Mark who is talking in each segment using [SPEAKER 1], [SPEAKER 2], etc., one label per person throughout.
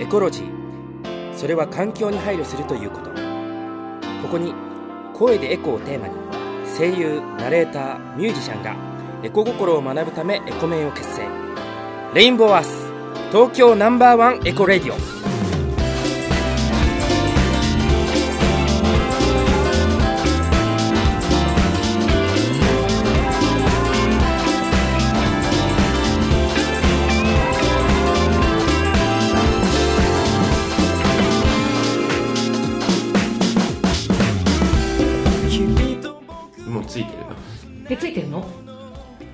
[SPEAKER 1] エコロジーそれは環境に配慮するということここに「声でエコ」をテーマに声優ナレーターミュージシャンがエコ心を学ぶためエコメンを結成レインボーアース東京ナンバーワンエコレディオ
[SPEAKER 2] もうついてるな
[SPEAKER 3] えついてんの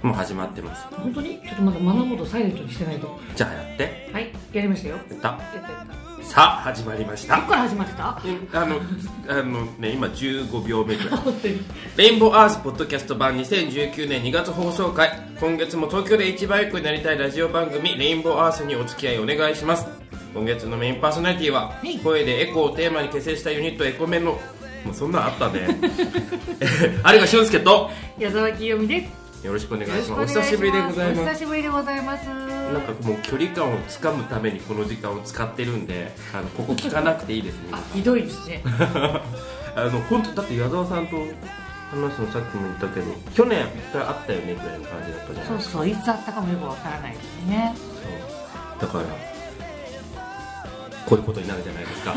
[SPEAKER 2] もう始まってます
[SPEAKER 3] 本当にちょっとまだマナーモードサイレントにしてないと
[SPEAKER 2] じゃあやって
[SPEAKER 3] はいやりましたよや
[SPEAKER 2] やった
[SPEAKER 3] ったやったど
[SPEAKER 2] さあ始まりました
[SPEAKER 3] っから始まってた
[SPEAKER 2] うんあのあのね今15秒目くらい
[SPEAKER 3] 本当に
[SPEAKER 2] レインボーアースポッドキャスト版2019年2月放送回今月も東京で一番よくなりたいラジオ番組「レインボーアース」にお付き合いお願いします今月のメインパーソナリティは
[SPEAKER 3] はい
[SPEAKER 2] 声でエコをテーマに結成したユニットエコメンのもうそんなんあったね 有賀俊介と
[SPEAKER 3] 矢沢清美です
[SPEAKER 2] よろしくお願いし
[SPEAKER 3] よ
[SPEAKER 2] ますお
[SPEAKER 3] ろし
[SPEAKER 2] 久し
[SPEAKER 3] くお願
[SPEAKER 2] ぶりでござい
[SPEAKER 3] お
[SPEAKER 2] ま
[SPEAKER 3] 久
[SPEAKER 2] す
[SPEAKER 3] しぶりでございます
[SPEAKER 2] なんかもう距離感をつかむためにこの時間を使ってるんであのここ聞かなくていいですね
[SPEAKER 3] あひどいですね
[SPEAKER 2] あの本当だって矢沢さんと話すのさっきも言ったけど去年一回あったよねぐらいの感じだったじゃない
[SPEAKER 3] そ う
[SPEAKER 2] ですか
[SPEAKER 3] そういつあったかもよくわからないですね
[SPEAKER 2] そうだからこういうことになるじゃないですか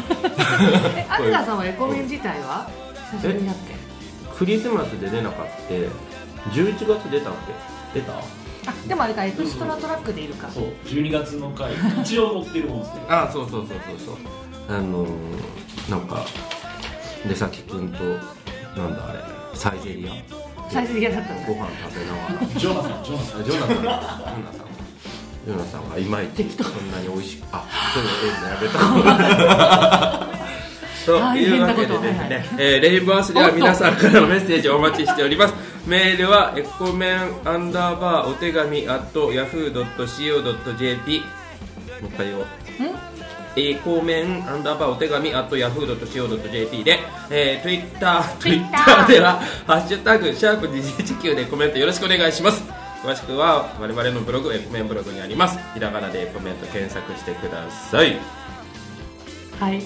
[SPEAKER 3] え有田さんはエコメン自体は久しぶりだっけ
[SPEAKER 2] クリスマスで出なかった11月出たっけ出た。
[SPEAKER 3] あでもあれかエクストラトラックでいるか
[SPEAKER 4] そう、12月の回、一応載ってるもんですね
[SPEAKER 2] あそうそうそうそうそうあのー、なんか出先くんとなんだあれサイゼリア
[SPEAKER 3] 最初に嫌だったんだ
[SPEAKER 2] ご飯食べながら
[SPEAKER 4] ジョナサン、ジョナサ
[SPEAKER 2] あジョナサン、ジョナサン、ジョナサンがいまいちそんなに美味しく、あ、そういうのやめた。 というわけでです
[SPEAKER 3] 大変な
[SPEAKER 2] ね、えーレインボーアースでは皆さんからのメッセージをお待ちしております。メールはエコメンアンダーバーお手紙アットヤフー .co.jp もう一回言おう。えー、公面アンダーバーお手紙あとヤフー .co.jp で、えー、Twitter,
[SPEAKER 3] Twitter
[SPEAKER 2] Twitter では「ハッシュタグシャープ #2119」でコメントよろしくお願いします詳しくは我々のブログエコメンブログにありますひらがなでエコメント検索してください
[SPEAKER 3] はい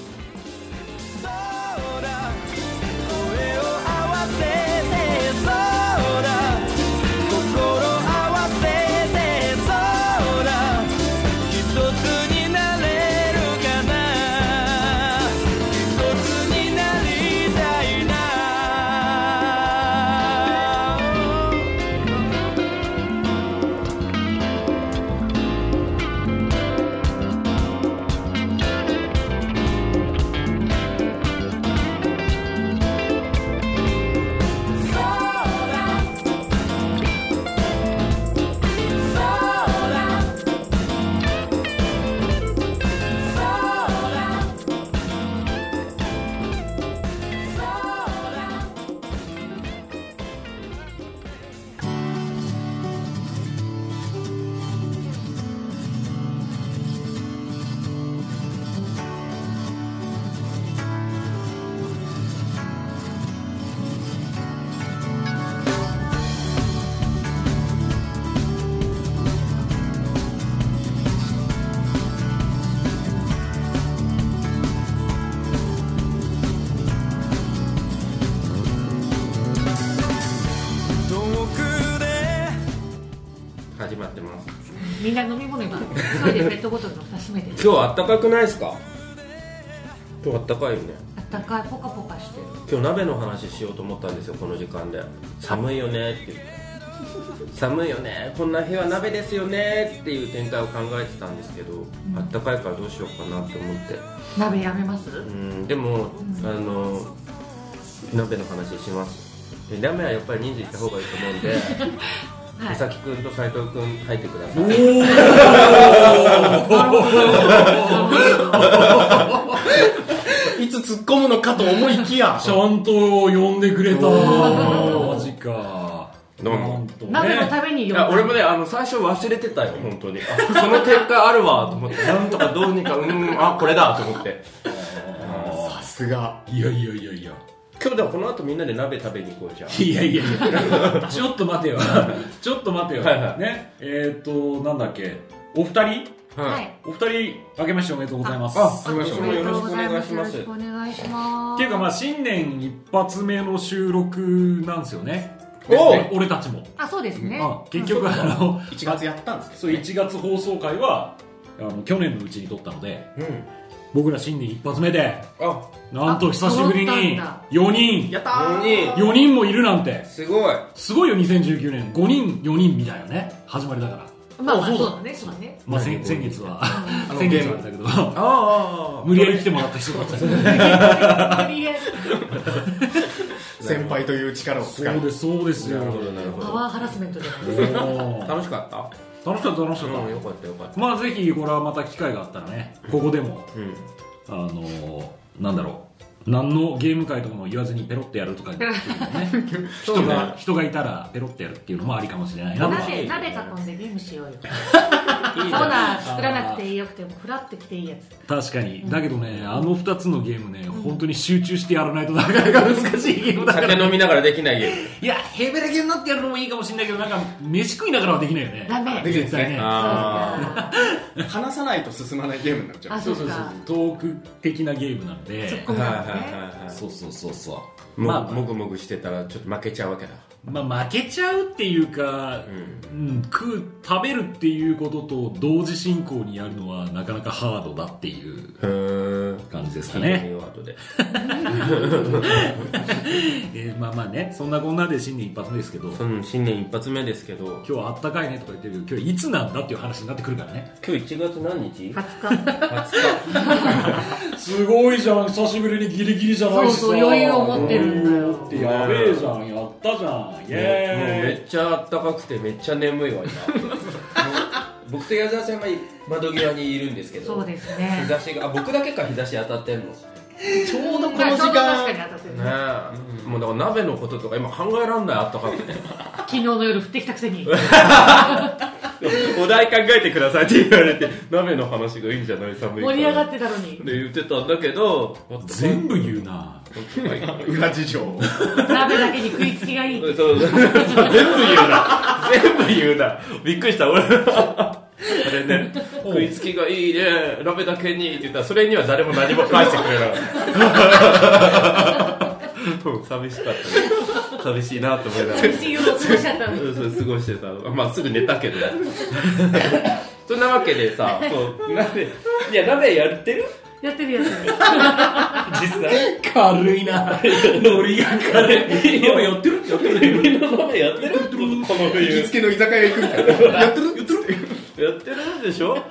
[SPEAKER 2] 始まってます
[SPEAKER 3] みんな飲み物今急いでペットボトルの蓋閉めて
[SPEAKER 2] 今日あったかくないですか今日あったかいよね
[SPEAKER 3] あったかいポカポカしてる
[SPEAKER 2] 今日鍋の話しようと思ったんですよこの時間で寒いよねって言って寒いよねこんな日は鍋ですよねっていう展開を考えてたんですけど、あったかいからどうしようかなって思って
[SPEAKER 3] 鍋やめます
[SPEAKER 2] うんでも、あの鍋の話しますで鍋はやっぱり人数いた方がいいと思 うんで
[SPEAKER 3] は
[SPEAKER 2] 美
[SPEAKER 3] い
[SPEAKER 2] 咲君と斎藤君入ってください
[SPEAKER 5] いつ突っ込むのかと思いきや
[SPEAKER 4] ン。ちゃんと呼んでくれた。マジか。
[SPEAKER 2] どうも
[SPEAKER 4] なんとね
[SPEAKER 3] 鍋のために
[SPEAKER 2] い
[SPEAKER 3] よ
[SPEAKER 2] や俺もねあの最初忘れてたよ本当にあその展開あるわと思ってなんとかどうにかうんあこれだと思って
[SPEAKER 5] さすが
[SPEAKER 4] いやいやいやいや。
[SPEAKER 2] 今日ではこの後みんなで鍋食べに行こうじゃん
[SPEAKER 4] いやいやいや。 ちょっと待てよ。ちょっと待てよ
[SPEAKER 2] はいは。い
[SPEAKER 4] ね。えっと、なんだっけ。お二人
[SPEAKER 2] は
[SPEAKER 3] はいい。
[SPEAKER 4] お二人あけましておめでとうございます
[SPEAKER 2] あ
[SPEAKER 4] っ
[SPEAKER 2] わかりました
[SPEAKER 3] おめでとうございます。
[SPEAKER 2] よ
[SPEAKER 3] よ
[SPEAKER 2] ろ
[SPEAKER 3] ろ
[SPEAKER 2] し
[SPEAKER 3] し
[SPEAKER 2] く
[SPEAKER 3] くお願いします。
[SPEAKER 4] ていうかまあ新年一発目の収録なんですよね
[SPEAKER 2] おう
[SPEAKER 4] で俺たちも、
[SPEAKER 3] あ、そうですね
[SPEAKER 4] うん。結局
[SPEAKER 3] あ
[SPEAKER 4] あの
[SPEAKER 5] 1月やったんですけど
[SPEAKER 4] そう1月放送回はあの去年のうちに撮ったので
[SPEAKER 2] うん
[SPEAKER 4] 僕ら新年一発目で
[SPEAKER 2] あ
[SPEAKER 4] なんと久しぶりに
[SPEAKER 3] あ
[SPEAKER 4] 4人
[SPEAKER 5] やった
[SPEAKER 2] 4
[SPEAKER 5] ー
[SPEAKER 2] 人
[SPEAKER 4] 4人もいるなんて
[SPEAKER 2] すごい
[SPEAKER 4] すごいよ2019年5人4人みたいなね始まりだから
[SPEAKER 3] まあまあ、
[SPEAKER 4] そう
[SPEAKER 3] そ
[SPEAKER 4] だ
[SPEAKER 3] うだね、そうだね。
[SPEAKER 4] まあ先先月は
[SPEAKER 5] あ の
[SPEAKER 4] 先
[SPEAKER 5] ゲ
[SPEAKER 4] 月
[SPEAKER 5] ー
[SPEAKER 4] は
[SPEAKER 5] ム
[SPEAKER 4] だけど
[SPEAKER 2] あ
[SPEAKER 4] 無理やり来てもらった人だったそう
[SPEAKER 3] とりあえず
[SPEAKER 5] 先輩という力を使う
[SPEAKER 4] ですそうですよ
[SPEAKER 2] なるほどなるほ
[SPEAKER 3] パ
[SPEAKER 2] ど
[SPEAKER 3] ワーハラスメントじゃないですか。
[SPEAKER 4] 楽
[SPEAKER 2] 楽しかった
[SPEAKER 4] しかった楽しか
[SPEAKER 2] うん
[SPEAKER 4] っ
[SPEAKER 2] よかったよかった
[SPEAKER 4] まあぜひこれはまた機会があったらねここでも
[SPEAKER 2] たうん
[SPEAKER 4] あのーなんだろう何のゲーム会とかも言わずにペロッとやるとかね人が人がいたらペロッとやるっていうのもありかもしれないなとは
[SPEAKER 3] 鍋、鍋囲んでゲームしようよ。そうなん、作らなくていいよくても、ふらってきていいやつ。
[SPEAKER 4] 確かにだけどねあの2つのゲームね本当に集中してやらないとなかなか難しいゲームだから
[SPEAKER 2] 酒飲みながらできない ゲーム
[SPEAKER 4] いやヘベレゲになってやるのもいいかもしれないけどなんか飯食いながらはできないよね
[SPEAKER 3] ダメ。
[SPEAKER 4] 絶対ね
[SPEAKER 2] あ
[SPEAKER 5] 話さないと進まないゲームになっちゃ
[SPEAKER 3] あ、
[SPEAKER 5] う
[SPEAKER 3] そう
[SPEAKER 4] そうそう
[SPEAKER 3] か。
[SPEAKER 4] トーク的なゲームなので
[SPEAKER 3] 突っ
[SPEAKER 2] あはい
[SPEAKER 3] 込む
[SPEAKER 2] は
[SPEAKER 3] か
[SPEAKER 2] い
[SPEAKER 3] らね。
[SPEAKER 2] はいはい
[SPEAKER 4] そうそうそうそう
[SPEAKER 2] も,、
[SPEAKER 4] まあ
[SPEAKER 2] もぐもぐしてたらちょっと負けちゃうわけだ
[SPEAKER 4] まあ負けちゃうっていうか、うん食う食べるっていうことと同時進行にやるのはなかなかハードだっていう
[SPEAKER 2] へー
[SPEAKER 4] 感じですか
[SPEAKER 2] 聞いてみ
[SPEAKER 4] ね、
[SPEAKER 2] よう後で
[SPEAKER 4] えーまあまあねそんなこんなで新年一発目ですけど今
[SPEAKER 2] うん新年一発目ですけど
[SPEAKER 4] 日はあったかいねとか言ってるけど今日いつなんだっていう話になってくるからね
[SPEAKER 2] 今日1月何日
[SPEAKER 3] 20日。
[SPEAKER 2] 20
[SPEAKER 4] すごいじゃん久しぶりにギリギリじゃ
[SPEAKER 3] ないしさそうそう余裕を持ってるんだよ余裕って
[SPEAKER 2] やべえじ
[SPEAKER 4] ゃんやったじゃんイ
[SPEAKER 2] 日もうめっちゃあったかくてめっちゃ眠いわ 今もう僕と矢沢さんが窓際にいるんですけど
[SPEAKER 3] そうです
[SPEAKER 2] 日
[SPEAKER 3] ね。
[SPEAKER 2] 差しがあ僕だけか日差し当たってんのね
[SPEAKER 5] ちょうどこ
[SPEAKER 3] ま
[SPEAKER 5] の
[SPEAKER 3] あ
[SPEAKER 5] 時
[SPEAKER 3] ちょうど確かに
[SPEAKER 5] 間
[SPEAKER 3] 当たってる
[SPEAKER 2] え、もうだから鍋のこととか今考えらんないあったかくて
[SPEAKER 3] 昨日の夜降ってきたくせに。
[SPEAKER 2] お題考えてくださいって言われて鍋の話がいいんじゃない寒いから
[SPEAKER 3] 盛り上がってたのに。
[SPEAKER 2] で言ってたんだけど
[SPEAKER 4] 全部言うな
[SPEAKER 5] 裏事情
[SPEAKER 3] 鍋だけに食いつきがいい。
[SPEAKER 2] そうそう全部言うな全部言うなびっくりした俺 あれね食いつきがいいね鍋だけにって言ったらそれには誰も何も返してく れなかったうん寂しかったね寂しいなと思いながら
[SPEAKER 3] 寂しい夜を過ごしちゃったのに。
[SPEAKER 2] そうそう過ごしてたまあすぐ寝たけどそんなわけでさそう鍋いや鍋やってる
[SPEAKER 3] やってるやつ。
[SPEAKER 2] 実際
[SPEAKER 4] 軽いなノリが軽い
[SPEAKER 2] ややってるやってるみんな鍋やってるこの
[SPEAKER 5] 行
[SPEAKER 2] 冬
[SPEAKER 5] きつけの居酒屋行くみたい なやってるやってる
[SPEAKER 2] やってるでしょ
[SPEAKER 4] はい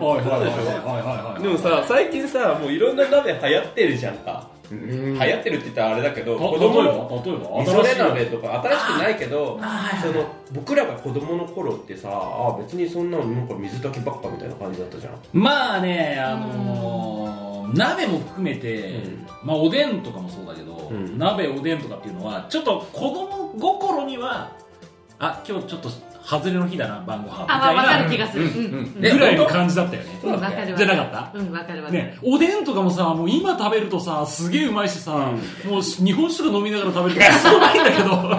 [SPEAKER 4] はいはいはいはいはいはい
[SPEAKER 2] でもさ最近さもういろんな鍋流行ってるじゃんか、流行ってるって言ったらあれだけど子供の
[SPEAKER 4] た例えば
[SPEAKER 2] みそれ鍋とか新しくないけどその僕らが子供の頃ってさあ別にそんなのなんか水炊きばっかみたいな感じだったじゃん
[SPEAKER 4] まあねあのー鍋も含めて、
[SPEAKER 2] うん
[SPEAKER 4] まあ、おでんとかもそうだけど、
[SPEAKER 2] ん
[SPEAKER 4] 鍋おでんとかっていうのはちょっと子供心にはあ今日ちょっと外れの日だな晩ご飯み
[SPEAKER 3] あ、まあ、わ
[SPEAKER 4] た
[SPEAKER 3] かる
[SPEAKER 4] いな
[SPEAKER 3] 気がする。うんうん
[SPEAKER 4] ぐらいの感じだったよね
[SPEAKER 3] うん、わかるわ
[SPEAKER 4] じゃなかった
[SPEAKER 3] うん、わかるわかる。
[SPEAKER 4] ね、おでんとかもさもう今食べるとさすげえうまいしさ、もう日本酒とか飲みながら食べるとかそうないんだけど。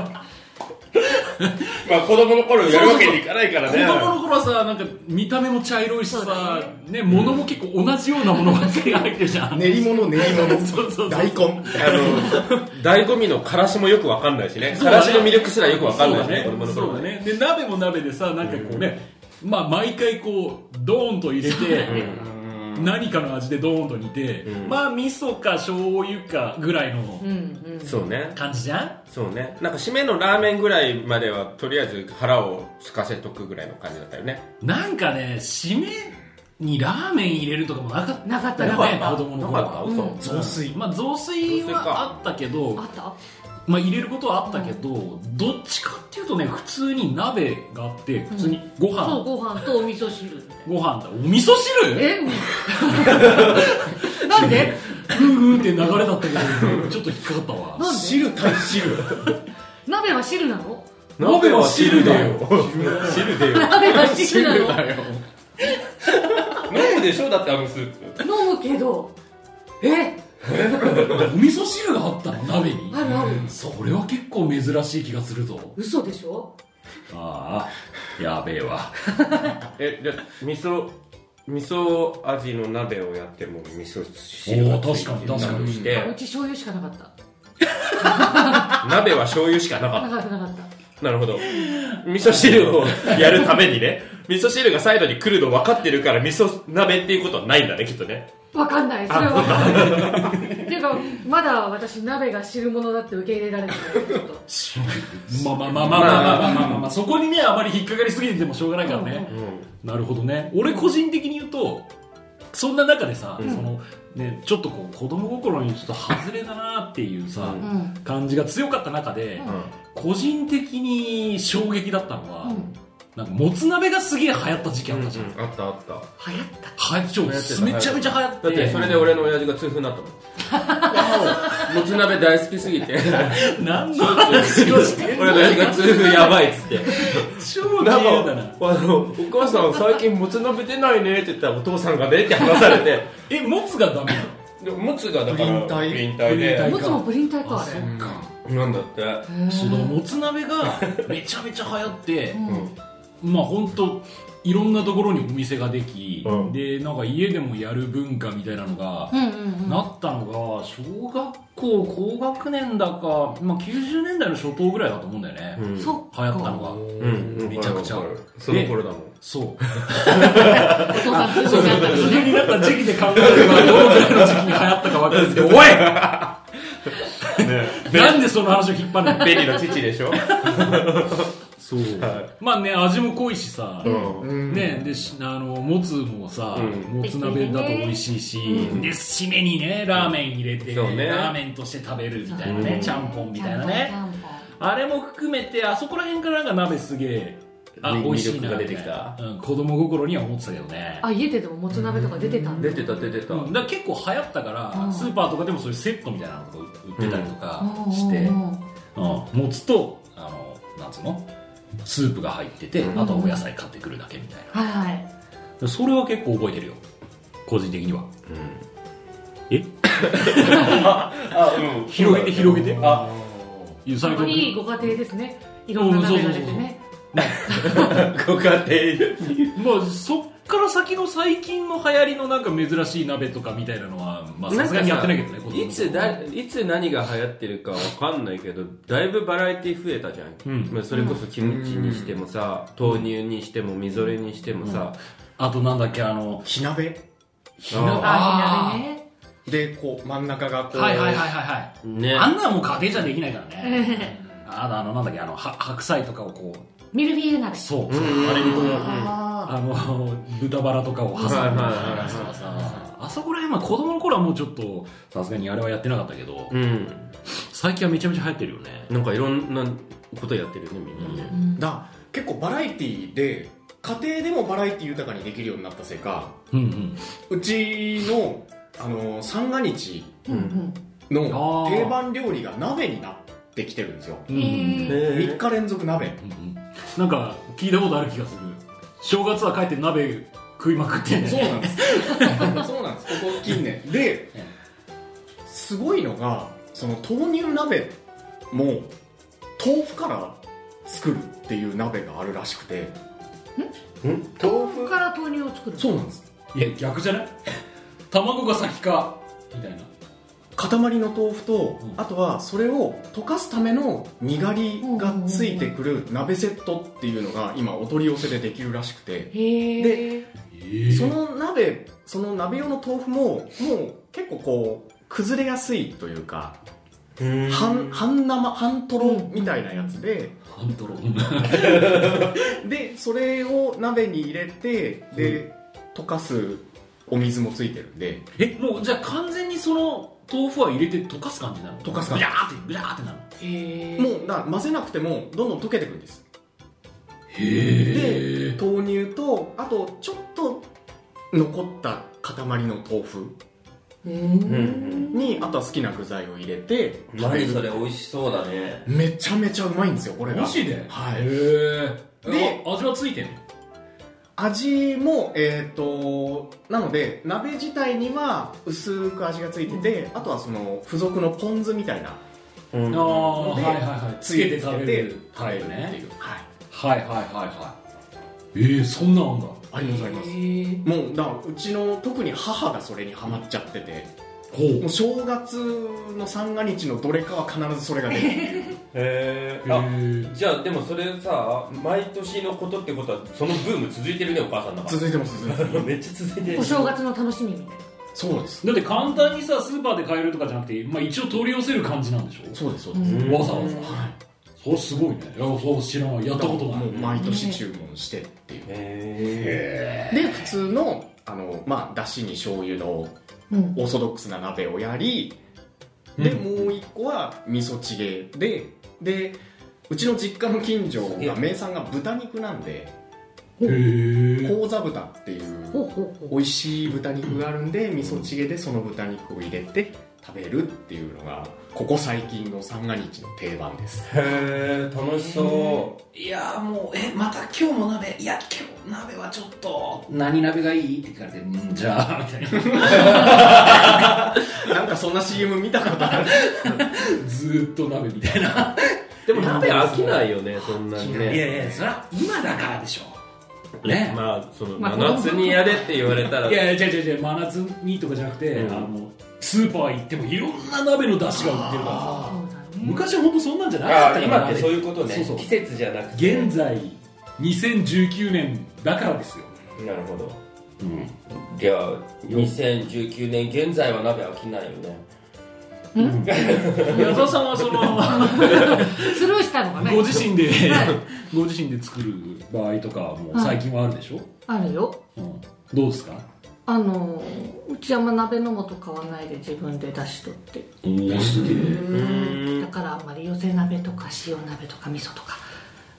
[SPEAKER 2] まあ子供の頃やるわけにいかないから
[SPEAKER 4] 子
[SPEAKER 2] ね
[SPEAKER 4] 供の頃はさなんか見た目も茶色いし
[SPEAKER 3] そう
[SPEAKER 4] さ
[SPEAKER 3] だ、
[SPEAKER 4] ね物も結構同じようなものばっかり入ってるじゃん
[SPEAKER 5] 練り物練り
[SPEAKER 4] そうそうそう
[SPEAKER 5] 物大根
[SPEAKER 2] あの醍醐味のからしもよくわかんないしね
[SPEAKER 4] そう
[SPEAKER 2] か
[SPEAKER 4] だね
[SPEAKER 2] らしの魅力すらよくわかんないしね子
[SPEAKER 4] そ
[SPEAKER 2] 供の
[SPEAKER 4] うだねそう
[SPEAKER 2] 頃
[SPEAKER 4] だ
[SPEAKER 2] ね
[SPEAKER 4] ねで鍋も鍋でさなんかこうね、まあ毎回こうドーンと入れて、何かの味でドーンと煮て、まあ味噌か醤油かぐらいの
[SPEAKER 3] うん、うん。
[SPEAKER 2] そうね
[SPEAKER 4] 感じじゃん、
[SPEAKER 2] そうねなんか締めのラーメンぐらいまではとりあえず腹を空かせとくぐらいの感じだったよね
[SPEAKER 4] なんかね締めにラーメン入れるとかもなかった
[SPEAKER 3] なかった
[SPEAKER 4] よ
[SPEAKER 3] な
[SPEAKER 4] ね 子供の
[SPEAKER 2] な
[SPEAKER 4] 頃
[SPEAKER 2] かった
[SPEAKER 4] は
[SPEAKER 2] 嘘、
[SPEAKER 3] うん
[SPEAKER 5] 雑炊
[SPEAKER 4] まあ雑炊
[SPEAKER 2] 雑炊か
[SPEAKER 4] はあったけど
[SPEAKER 3] あった
[SPEAKER 4] まあ、入れることはあったけど、どっちかっていうとね普通に鍋があって普通にご
[SPEAKER 3] そう、
[SPEAKER 4] 飯、
[SPEAKER 3] ご飯とお味噌汁。
[SPEAKER 4] ご飯だお味噌汁
[SPEAKER 3] え なんで
[SPEAKER 4] ふーふーって流れだったけどちょっと引っかかったわ
[SPEAKER 3] なんで
[SPEAKER 5] 汁対汁
[SPEAKER 3] 鍋は汁なの
[SPEAKER 2] 鍋は汁だよ 汁だよ
[SPEAKER 3] 鍋は汁なの
[SPEAKER 5] よ
[SPEAKER 2] 飲むでしょだってあのスープ
[SPEAKER 3] 飲むけど。え
[SPEAKER 4] お味噌汁があったの鍋に
[SPEAKER 3] あるある。
[SPEAKER 4] それは結構珍しい気がするぞ
[SPEAKER 3] 嘘でしょ
[SPEAKER 4] ああやべえわ
[SPEAKER 2] えで味噌味噌味の鍋をやっても味噌汁
[SPEAKER 4] お
[SPEAKER 2] が
[SPEAKER 4] お
[SPEAKER 2] つい
[SPEAKER 4] 確
[SPEAKER 2] て
[SPEAKER 4] かに
[SPEAKER 2] た
[SPEAKER 4] 確か
[SPEAKER 2] り
[SPEAKER 4] に
[SPEAKER 2] して
[SPEAKER 3] うち醤油しかなかった
[SPEAKER 2] 鍋は醤油しかなかっ
[SPEAKER 3] なかったなかった
[SPEAKER 2] たなるほど味噌汁をやるためにね味噌汁がサイドに来るの分かってるから味噌鍋っていうことはないんだねきっとね
[SPEAKER 3] わかんないそれはわかんない っていうかまだ私鍋が汁物だって受け入れられてないちょっと
[SPEAKER 4] まあまあまあまあまあまあまあまあまあ、そこにねあまり引っかかりすぎててもしょうがないからね、なるほどね俺個人的に言うとそんな中でさ、そのね、ちょっとこう子供心にちょっと外れだなっていうさ、
[SPEAKER 2] うん
[SPEAKER 3] うん
[SPEAKER 4] 感じが強かった中で、
[SPEAKER 3] うん
[SPEAKER 4] 個人的に衝撃だったのは、
[SPEAKER 3] うん
[SPEAKER 4] なんかもつ鍋がすげえ流行った時期あったじゃん、
[SPEAKER 2] あったあった
[SPEAKER 3] 流行った
[SPEAKER 4] はちょ
[SPEAKER 2] 流行ってた
[SPEAKER 4] めちゃめちゃ流行って
[SPEAKER 2] だってそれで俺の親父が痛風になった もんもつ鍋大好きすぎ て
[SPEAKER 4] 何の話をしてん
[SPEAKER 2] 俺の
[SPEAKER 4] の
[SPEAKER 2] 親父が痛風やばいっつって
[SPEAKER 4] 超自
[SPEAKER 2] なん
[SPEAKER 4] 由だな
[SPEAKER 2] か、あの、お母さん最近もつ鍋出ないねって言ったらお父さんがねって話されて、
[SPEAKER 4] えもつがダメなの
[SPEAKER 2] でももつがだから、
[SPEAKER 5] プリン体
[SPEAKER 2] プリン体
[SPEAKER 4] プリン
[SPEAKER 2] で、
[SPEAKER 3] もつもプリン体かあれ
[SPEAKER 4] っか
[SPEAKER 2] なんだって。
[SPEAKER 4] そのもつ鍋 がめちゃめちゃ流行って、
[SPEAKER 2] うん
[SPEAKER 4] まあ本当いろんなところにお店ができ、
[SPEAKER 2] うん
[SPEAKER 4] でなんか家でもやる文化みたいなのが
[SPEAKER 3] う、んうん
[SPEAKER 4] なったのが小学校高学年だか、まあ、90年代の初頭ぐらいだと思うんだよね、
[SPEAKER 2] う
[SPEAKER 3] うん
[SPEAKER 2] ん
[SPEAKER 3] そっ
[SPEAKER 4] 流行ったの
[SPEAKER 3] か
[SPEAKER 4] が、
[SPEAKER 2] うん、
[SPEAKER 4] めちゃくちゃ
[SPEAKER 2] わかるわかるその頃だもん。
[SPEAKER 4] そう
[SPEAKER 3] お父さん強くなったの
[SPEAKER 4] 自分に
[SPEAKER 3] ね
[SPEAKER 4] なった時期で考えればどのぐらいの時期に流行ったか分かるんですけどおい なんでその話を引っ張るの
[SPEAKER 2] ベリの父でしょ
[SPEAKER 4] そうまあね味も濃いしさ、
[SPEAKER 2] うん。
[SPEAKER 4] ねでしあのもつもさ、
[SPEAKER 2] うん
[SPEAKER 4] もつ鍋だと美味しいし、で締めにねラーメン入れて、
[SPEAKER 2] そうね
[SPEAKER 4] ラーメンとして食べるみたいなね、
[SPEAKER 2] うん
[SPEAKER 4] ちゃんぽんみ
[SPEAKER 3] ち
[SPEAKER 4] たい
[SPEAKER 3] ゃん
[SPEAKER 4] な
[SPEAKER 3] ぽん
[SPEAKER 4] ね
[SPEAKER 3] ちゃんぽん
[SPEAKER 4] あれも含めてあそこら辺からなんか鍋すげえあ
[SPEAKER 2] み
[SPEAKER 4] 美味しいな
[SPEAKER 2] 魅力が出てきた
[SPEAKER 4] うん、子供心には思ってたけどね
[SPEAKER 3] あ家ででももつ鍋とか出てたんだ
[SPEAKER 2] 出てた出てた。
[SPEAKER 4] うん、だから結構流行ったから、
[SPEAKER 3] うん
[SPEAKER 4] スーパーとかでもそういうセットみたいなのとか売ってたりとか
[SPEAKER 3] うん
[SPEAKER 4] して、うん
[SPEAKER 3] うんうん
[SPEAKER 4] もつとあのなんつうのスープが入ってて、
[SPEAKER 2] うん
[SPEAKER 4] あとはお野菜買ってくるだけみたいな、
[SPEAKER 3] はいはい
[SPEAKER 4] それは結構覚えてるよ個人的にはえ
[SPEAKER 2] あ、うん。
[SPEAKER 4] 広げて広げてあゆさ
[SPEAKER 3] 本当
[SPEAKER 4] み君
[SPEAKER 3] にいいご家庭ですねいろんな鍋が出てね
[SPEAKER 2] ご家庭
[SPEAKER 4] まあそっから先の最近の流行りのなんか珍しい鍋とかみたいなのはまあさすがにやってないけどね子供の頃
[SPEAKER 2] いつだいつ何が流行ってるかわかんないけどだいぶバラエティ増えたじゃん、
[SPEAKER 4] うん
[SPEAKER 2] まあ、それこそキムチにしてもさ、豆乳にしてもみぞれにしてもさ、
[SPEAKER 4] あとなんだっけあの
[SPEAKER 5] 火鍋
[SPEAKER 2] あー
[SPEAKER 3] あ火鍋ね
[SPEAKER 5] でこう真ん中がこう、
[SPEAKER 4] はいはいはいはいはい
[SPEAKER 2] ね
[SPEAKER 4] あんなもう家庭じゃできないからね。 あの、あのなんだっけ、あの、は白菜とかをこう、
[SPEAKER 3] ミルフィーユ鍋
[SPEAKER 4] そう、
[SPEAKER 2] うん
[SPEAKER 4] あれにこう、
[SPEAKER 5] あ
[SPEAKER 4] あの、豚バラとかを挟んで
[SPEAKER 2] はいはいはい
[SPEAKER 4] やつとかさ、あそこら辺は子供の頃はもうちょっと、さすがにあれはやってなかったけど、
[SPEAKER 2] うん
[SPEAKER 4] 最近はめちゃめちゃ流行ってるよね。
[SPEAKER 2] なんかいろんなことやってるよねみんなね、
[SPEAKER 5] ーだ結構バラエティーで家庭でもバラエティー豊かにできるようになったせいか
[SPEAKER 4] うんうん。
[SPEAKER 5] うちの、あのー三が日
[SPEAKER 3] うんうん
[SPEAKER 5] の
[SPEAKER 4] あー
[SPEAKER 5] 定番料理が鍋になってきてるんですよ
[SPEAKER 4] うんうんうん
[SPEAKER 3] え
[SPEAKER 5] 3日連続鍋
[SPEAKER 4] うんなんか、聞いたことある気がする。正月は帰って鍋食いまくってね。
[SPEAKER 5] そうなんですそうなんですここ近年で
[SPEAKER 4] え
[SPEAKER 5] すごいのがその豆乳鍋も豆腐から作るっていう鍋があるらしくて
[SPEAKER 3] 豆腐から豆乳を作る
[SPEAKER 5] そうなんです
[SPEAKER 4] いや、逆じゃない卵が先か、みたいな。
[SPEAKER 5] 塊の豆腐と、
[SPEAKER 4] うん
[SPEAKER 5] あとはそれを溶かすためのにがりがついてくる鍋セットっていうのが今お取り寄せでできるらしくて
[SPEAKER 3] へえ
[SPEAKER 5] その鍋その鍋用の豆腐ももう結構こう崩れやすいというか
[SPEAKER 2] うん
[SPEAKER 5] 半半生半とろみたいなやつで、
[SPEAKER 4] 半トロ。
[SPEAKER 5] でそれを鍋に入れてで溶かすお水もついてるんで
[SPEAKER 4] えもうじゃあ完全にその豆腐は入れて溶かす感じなの
[SPEAKER 5] 溶かす感じ
[SPEAKER 4] ビャーってビャーってなるの
[SPEAKER 3] へえ
[SPEAKER 5] もうだ混ぜなくてもどんどん溶けてくんです
[SPEAKER 4] へ
[SPEAKER 5] で豆乳とあとちょっと残った塊の豆腐
[SPEAKER 3] うん
[SPEAKER 5] にあとは好きな具材を入れて
[SPEAKER 2] 何それ美味しそうだね
[SPEAKER 5] めちゃめちゃうまいんですよこれが
[SPEAKER 4] マジで
[SPEAKER 5] はい
[SPEAKER 4] へえ
[SPEAKER 5] で
[SPEAKER 4] 味はついてんの
[SPEAKER 5] 味もえっ、となので鍋自体には薄く味がついてて、あとはその付属のポン酢みたいな
[SPEAKER 2] うん
[SPEAKER 4] ああ
[SPEAKER 5] で
[SPEAKER 4] はいはいはいつけて食べるタイプ
[SPEAKER 5] 食べるって
[SPEAKER 4] ね
[SPEAKER 5] いうは
[SPEAKER 4] は
[SPEAKER 5] い
[SPEAKER 4] いはいはいはいえー、そんなんあんだ
[SPEAKER 5] ありますありますもうだからうちの特に母がそれにハマっちゃってて、
[SPEAKER 4] ほ
[SPEAKER 5] もう正月の三が日のどれかは必ずそれが出る
[SPEAKER 2] へ
[SPEAKER 4] う
[SPEAKER 2] ーあ
[SPEAKER 4] へ
[SPEAKER 2] じゃあでもそれさ毎年のことってことはそのブーム続いてるねお母さんだか
[SPEAKER 5] 続いてます続いてます
[SPEAKER 2] ら めっちゃ続いてる
[SPEAKER 3] お正月の楽しみみたいな
[SPEAKER 5] そうです
[SPEAKER 4] ーだって簡単にさスーパーで買えるとかじゃなくて、まあ、一応取り寄せる感じなんでしょ
[SPEAKER 5] そうですそうです、
[SPEAKER 2] うん
[SPEAKER 4] わざわざ、それすごいねいやそう知らないやったことない
[SPEAKER 5] もう毎年注文してっていう、
[SPEAKER 2] へ
[SPEAKER 5] で普通のあのまあだしに醤油の
[SPEAKER 3] うん
[SPEAKER 5] オーソドックスな鍋をやりで、もう一個は味噌チゲででうちの実家の近所
[SPEAKER 2] すげえ
[SPEAKER 5] が名産が豚肉なんで
[SPEAKER 4] へー
[SPEAKER 5] 高座豚っていう
[SPEAKER 3] ほうほうほう
[SPEAKER 5] 美味しい豚肉があるんで味噌チゲでその豚肉を入れて食べるっていうのがここ最近の三が日の定番です
[SPEAKER 2] え楽しそ
[SPEAKER 6] いやーもうえまた今日も鍋いや今日鍋はちょっと何鍋がいいって聞かれてうんじゃあみたいな
[SPEAKER 5] なんかそんな CM 見たことある
[SPEAKER 4] ずーっと鍋みたいな
[SPEAKER 2] うでも鍋飽きないよねそんなに
[SPEAKER 6] いや
[SPEAKER 2] ね
[SPEAKER 6] いやそれは今だからでしょね
[SPEAKER 2] まあその
[SPEAKER 3] まあ
[SPEAKER 2] 真夏にやれって言われたら
[SPEAKER 4] いやいや違う違う違う真夏にとかじゃなくて、
[SPEAKER 2] うん
[SPEAKER 4] あのスーパー行ってもいろんな鍋の出汁が売ってるからさ
[SPEAKER 3] そうだね
[SPEAKER 4] 昔は本当そんなんじゃなかっ
[SPEAKER 2] あ
[SPEAKER 4] たから
[SPEAKER 2] 今ってそういうことね
[SPEAKER 4] そうそう
[SPEAKER 2] 季節じゃなくて
[SPEAKER 4] 現在2019年だからですよ
[SPEAKER 2] なるほどじゃあ2019年現在は鍋飽きないよね
[SPEAKER 4] 矢沢さんはその
[SPEAKER 3] スルーしたのかね
[SPEAKER 4] ご自身で
[SPEAKER 3] はい
[SPEAKER 4] ご自身で作る場合とかも最近はあるでしょ、
[SPEAKER 3] あるよ
[SPEAKER 4] うんどうですか
[SPEAKER 3] あのうちはあんま鍋の素買わないで自分で出しとって
[SPEAKER 4] おおすげえ
[SPEAKER 3] だからあんまり寄せ鍋とか塩鍋とか味噌とか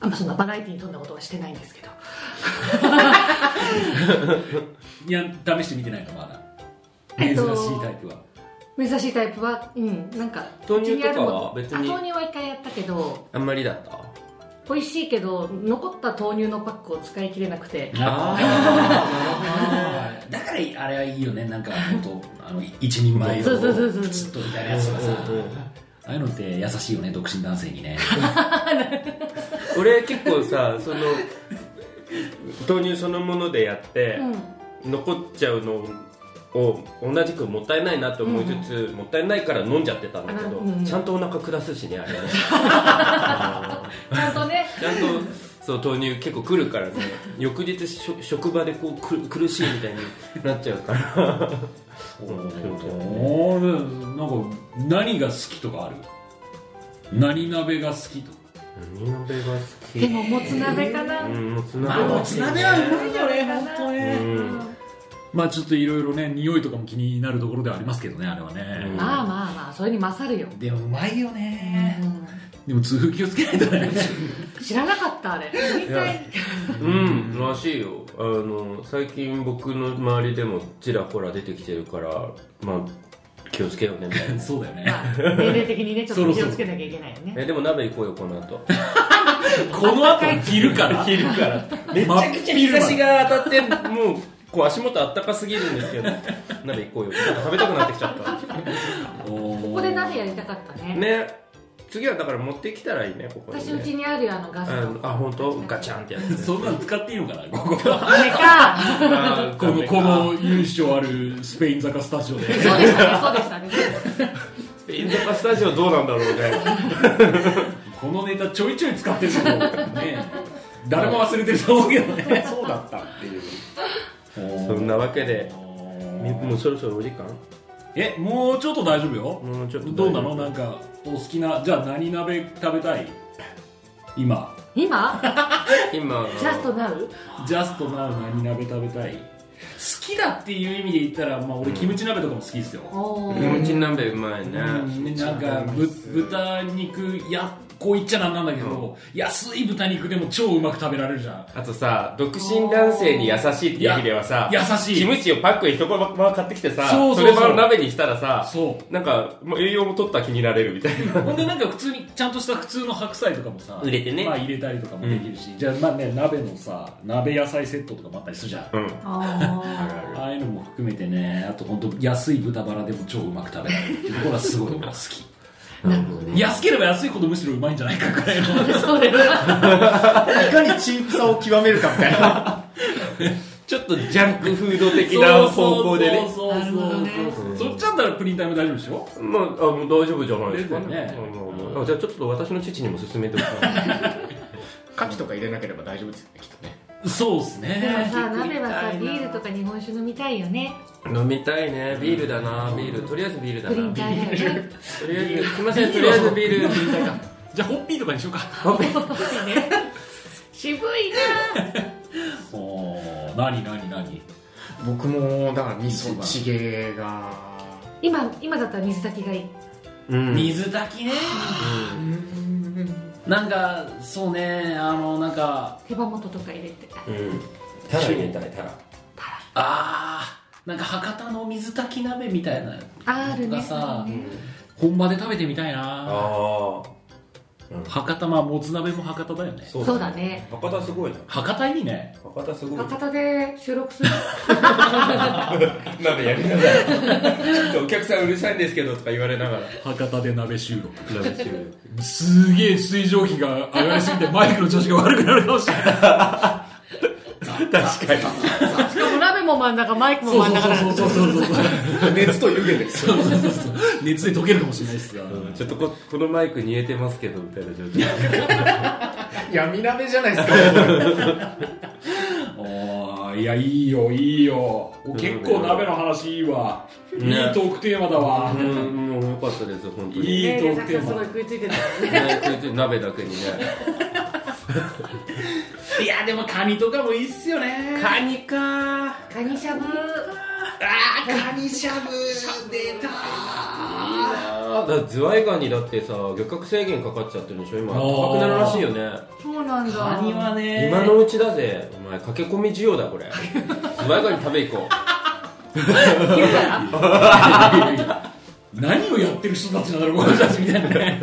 [SPEAKER 3] あんまそんなバラエティに富んだことはしてないんですけど
[SPEAKER 4] いや試してみてないのまだ珍
[SPEAKER 3] え
[SPEAKER 4] し
[SPEAKER 3] っ
[SPEAKER 4] い
[SPEAKER 3] と
[SPEAKER 4] タイプは
[SPEAKER 3] 珍しいタイプはうんなんか
[SPEAKER 2] 豆乳とかは
[SPEAKER 3] うちに
[SPEAKER 2] 別に
[SPEAKER 3] あるものあ豆乳は一回やったけど
[SPEAKER 2] あんまりだった
[SPEAKER 3] 美味しいけど残った豆乳のパックを使い切れなくて
[SPEAKER 4] あ
[SPEAKER 6] だからあれはいいよねなんか本当あの一人前を
[SPEAKER 3] そうそうそうそう
[SPEAKER 6] プチッとみたいなやつがさ
[SPEAKER 2] うんうんうん
[SPEAKER 6] ああいうのって優しいよね独身男性にね
[SPEAKER 2] 俺結構さその豆乳そのものでやって、残っちゃうのを同じくもったいないなと思いつつ、もったいないから飲んじゃってたんだけど、
[SPEAKER 3] あなうん
[SPEAKER 2] ちゃんとお腹下すしねあ れ
[SPEAKER 3] ちゃん とね
[SPEAKER 2] ちゃんとそう豆乳結構来るからね翌日しょ職場でこうく苦しいみたいになっちゃうから
[SPEAKER 4] おーなんか何が好きとかある何鍋が好きとか
[SPEAKER 2] 何鍋が好き
[SPEAKER 3] でももつ鍋かな、
[SPEAKER 2] うんもつ鍋
[SPEAKER 6] あもつ鍋はうまいよね本当ね
[SPEAKER 2] うん
[SPEAKER 4] まあちょっといろいろね匂いとかも気になるところではありますけどねあれはね、
[SPEAKER 2] うん
[SPEAKER 3] まあまあまあそれに勝るよ、
[SPEAKER 6] でもうまいよね
[SPEAKER 4] でも痛風気をつけないとね
[SPEAKER 3] 知らなかったあれ飲みたい
[SPEAKER 2] うんらしいよあの最近僕の周りでもちらほら出てきてるからまあ気をつけようねみたいな
[SPEAKER 4] そうだよね
[SPEAKER 3] まあ年齢的 にねちょっ
[SPEAKER 4] そろ
[SPEAKER 3] と
[SPEAKER 4] そ
[SPEAKER 3] 気
[SPEAKER 4] ろ
[SPEAKER 3] をつけなきゃいけないよね
[SPEAKER 2] えでも鍋行こうよこの後
[SPEAKER 4] この後昼から昼
[SPEAKER 2] からめちゃくちゃ日差しが当たってもうこう足元あったかすぎるんですけど鍋行こうよなんか食べたくなってきちゃっ
[SPEAKER 4] こ
[SPEAKER 3] ここで鍋やりたかったね
[SPEAKER 2] たね次はだから持ってきたらいいねここに、ね、
[SPEAKER 3] 私うちにあるよあのガス
[SPEAKER 2] あ
[SPEAKER 3] の
[SPEAKER 2] のあ本当ガチャンってやつ、ね、
[SPEAKER 4] そんなの使っていいのかなここ
[SPEAKER 3] あれか
[SPEAKER 2] あー
[SPEAKER 4] このこの優勝あるスペイン坂スタジオで
[SPEAKER 3] そうでしたねそうでしたね
[SPEAKER 2] スペイン坂スタジオどうなんだろうね
[SPEAKER 4] このネタちょいちょい使ってるけどね誰も忘れてると思うけどね
[SPEAKER 5] そうだったっていう
[SPEAKER 2] そんなわけでみもうそろそろお時間
[SPEAKER 4] えもうちょっと大丈夫よ
[SPEAKER 2] もうちょっと大丈
[SPEAKER 4] どう
[SPEAKER 2] 夫
[SPEAKER 4] なのなんかお好きなじゃあ何鍋食べたい今
[SPEAKER 3] 今
[SPEAKER 2] 今
[SPEAKER 3] ジャストナウ
[SPEAKER 4] ジャストな何鍋食べたい好きだっていう意味で言ったら、まあ、俺キムチ鍋とかも好きですよ、
[SPEAKER 3] お
[SPEAKER 2] キム
[SPEAKER 3] ー
[SPEAKER 2] チ鍋うまいね、
[SPEAKER 4] うんなんかぶ豚肉やこう言っちゃなんなんだけど、安い豚肉でも超うまく食べられるじゃん
[SPEAKER 2] あとさ独身男性に優しいっていう意味ではさ
[SPEAKER 4] いや優しい
[SPEAKER 2] キムチをパックに一コマ買ってきてさ
[SPEAKER 4] そうそうそう
[SPEAKER 2] れば鍋にしたらさ
[SPEAKER 4] そ
[SPEAKER 2] なんかもう栄養も取った気になれるみたいな
[SPEAKER 4] うほんでなんか普通にちゃんとした普通の白菜とかもさ
[SPEAKER 2] 入れてね
[SPEAKER 4] まあ、入れたりとかもできるし、じゃあまあね鍋のさ鍋野菜セットとかもあったりするじゃん
[SPEAKER 2] うん
[SPEAKER 3] あ
[SPEAKER 4] ああいうのも含めてねあと本当安い豚バラでも超うまく食べられるっていうところはすごい俺は好き
[SPEAKER 2] なるほどね
[SPEAKER 4] 安ければ安いほどむしろうまいんじゃないかく らいの
[SPEAKER 3] ーそうだよない
[SPEAKER 5] かにチープさを極めるかみたいな
[SPEAKER 2] ちょっとジャンクフード的な方向でね
[SPEAKER 4] そうそうそうそうそうそっちだったらプリン体も大丈夫でしょ
[SPEAKER 2] まあ、あもう大丈夫じゃないですか
[SPEAKER 4] ですよね
[SPEAKER 2] うんうんうんあじゃあちょっと私の父にも勧めておきます
[SPEAKER 5] カキとか入れなければ大丈夫ですよねきっとね
[SPEAKER 4] そうです
[SPEAKER 3] でも
[SPEAKER 4] ね
[SPEAKER 3] さ鍋はさビールとか日本酒飲みたいよね
[SPEAKER 2] 飲みたいねビールだなビールとりあえずビールだ
[SPEAKER 3] プリ
[SPEAKER 2] な
[SPEAKER 3] ン
[SPEAKER 2] と
[SPEAKER 3] 体だよね
[SPEAKER 2] りあえずすいませんとりあえずビール
[SPEAKER 4] じゃあホッピーとかにしようか
[SPEAKER 3] 渋いな
[SPEAKER 4] おー何何何
[SPEAKER 5] 僕もだから味噌
[SPEAKER 6] 一番
[SPEAKER 5] チゲが
[SPEAKER 3] 今今だったら水炊きがいい
[SPEAKER 2] うん
[SPEAKER 6] 水炊きねなんかそうねあのなんか
[SPEAKER 3] 手羽元とか入れて
[SPEAKER 2] うんタラ入れたいタラ
[SPEAKER 6] あーなんか博多の水炊き鍋みたいな
[SPEAKER 3] あるね
[SPEAKER 6] がさ
[SPEAKER 3] あるね
[SPEAKER 4] 本場で食べてみたいな
[SPEAKER 2] あ
[SPEAKER 4] 博多まあもつ鍋も博多だよね
[SPEAKER 2] あ
[SPEAKER 3] そうだね
[SPEAKER 2] 博多すごいな
[SPEAKER 4] 博多いいね
[SPEAKER 2] 博多すごい
[SPEAKER 3] 博多で収録す る
[SPEAKER 2] 鍋やりながらちょっとお客さんうるさいんですけどとか言われながら
[SPEAKER 4] 博多で鍋収録
[SPEAKER 2] 鍋してる
[SPEAKER 4] すげえ水蒸気が上がりすぎてマイクの調子が悪くなるかもしれない
[SPEAKER 2] 確かに
[SPEAKER 3] しかも鍋も真ん中マイクも真ん中だから
[SPEAKER 4] そうそうそうそう
[SPEAKER 5] 熱と湯気ですよ
[SPEAKER 4] 熱で溶けるかもしれないっすよ
[SPEAKER 2] ちょっとここのマイク煮えてますけどみたいな状態
[SPEAKER 5] 闇鍋じゃないですか
[SPEAKER 4] あ ーいやいいよいいよ結構鍋の話いいわいい
[SPEAKER 2] ね
[SPEAKER 4] トークテーマだわ
[SPEAKER 2] うんもうよかったです本当に
[SPEAKER 4] いい
[SPEAKER 3] ね
[SPEAKER 4] ト
[SPEAKER 3] え
[SPEAKER 4] ークテ
[SPEAKER 3] さんすご
[SPEAKER 4] ー
[SPEAKER 3] い
[SPEAKER 4] マ
[SPEAKER 3] 食いついてた
[SPEAKER 2] 鍋だけにね
[SPEAKER 6] いやでもカニとかもいいっすよね
[SPEAKER 2] カニかー
[SPEAKER 3] カニしゃぶ
[SPEAKER 6] あーカニしゃぶ出た
[SPEAKER 2] だからズワイガニだってさ漁獲制限かかっちゃってるでしょ今
[SPEAKER 4] あー
[SPEAKER 2] 高くなるらしいよね、
[SPEAKER 3] そうなんだ
[SPEAKER 6] カニはね
[SPEAKER 2] 今のうちだぜお前駆け込み需要だ これズワイガニ食べ行こ
[SPEAKER 3] 昼から
[SPEAKER 4] 何をやってる人たちなんだろうこの人たちみたいなね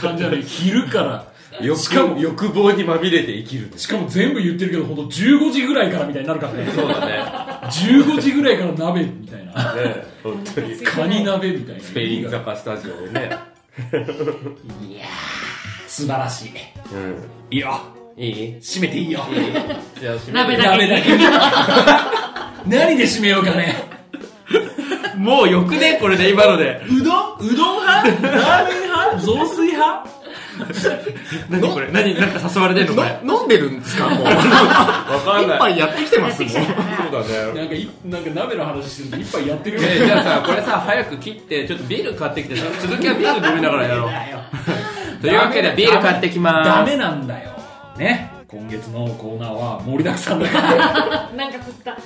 [SPEAKER 4] 感じなのよ昼から
[SPEAKER 2] う欲
[SPEAKER 4] しかも
[SPEAKER 2] 欲望にまみれて生きる
[SPEAKER 4] しかも全部言ってるけど本当15時ぐらいからみたいになるからね
[SPEAKER 2] そうだ
[SPEAKER 4] 15時ぐらいから鍋みたいな
[SPEAKER 2] ねね本当にス
[SPEAKER 4] カニ鍋みたいな
[SPEAKER 2] ペイン坂スタジオでね
[SPEAKER 6] いやー素晴らしい
[SPEAKER 2] うん
[SPEAKER 4] いいよ
[SPEAKER 2] いい
[SPEAKER 4] 締めていいよ
[SPEAKER 2] じゃあ締め
[SPEAKER 3] 鍋
[SPEAKER 2] て
[SPEAKER 3] だ
[SPEAKER 4] 鍋
[SPEAKER 3] け
[SPEAKER 4] だけ 何で締めようかね
[SPEAKER 2] もうよくねこれで今ので
[SPEAKER 4] うどんうどん派ラーメン派雑炊派
[SPEAKER 2] 何これ何なんか誘われてんのこれ
[SPEAKER 5] の飲んでるんですかも う
[SPEAKER 2] わかん
[SPEAKER 5] 一
[SPEAKER 2] ない
[SPEAKER 5] 杯やってきてますもん
[SPEAKER 3] やってきた
[SPEAKER 2] そうだね
[SPEAKER 4] なんかいなんか鍋の話してると一杯やってるよ
[SPEAKER 2] ねえじゃあさこれさ早く切ってちょっとビール買ってきて続きはビール飲みながらやろう
[SPEAKER 6] だよ
[SPEAKER 2] というわけでビール買ってきます
[SPEAKER 4] ダメなんだよね今月のコーナーは盛りだくさんだから
[SPEAKER 3] なんか振った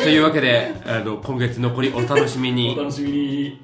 [SPEAKER 2] というわけであの今月残りお楽しみ
[SPEAKER 4] お
[SPEAKER 2] に
[SPEAKER 4] 楽しみに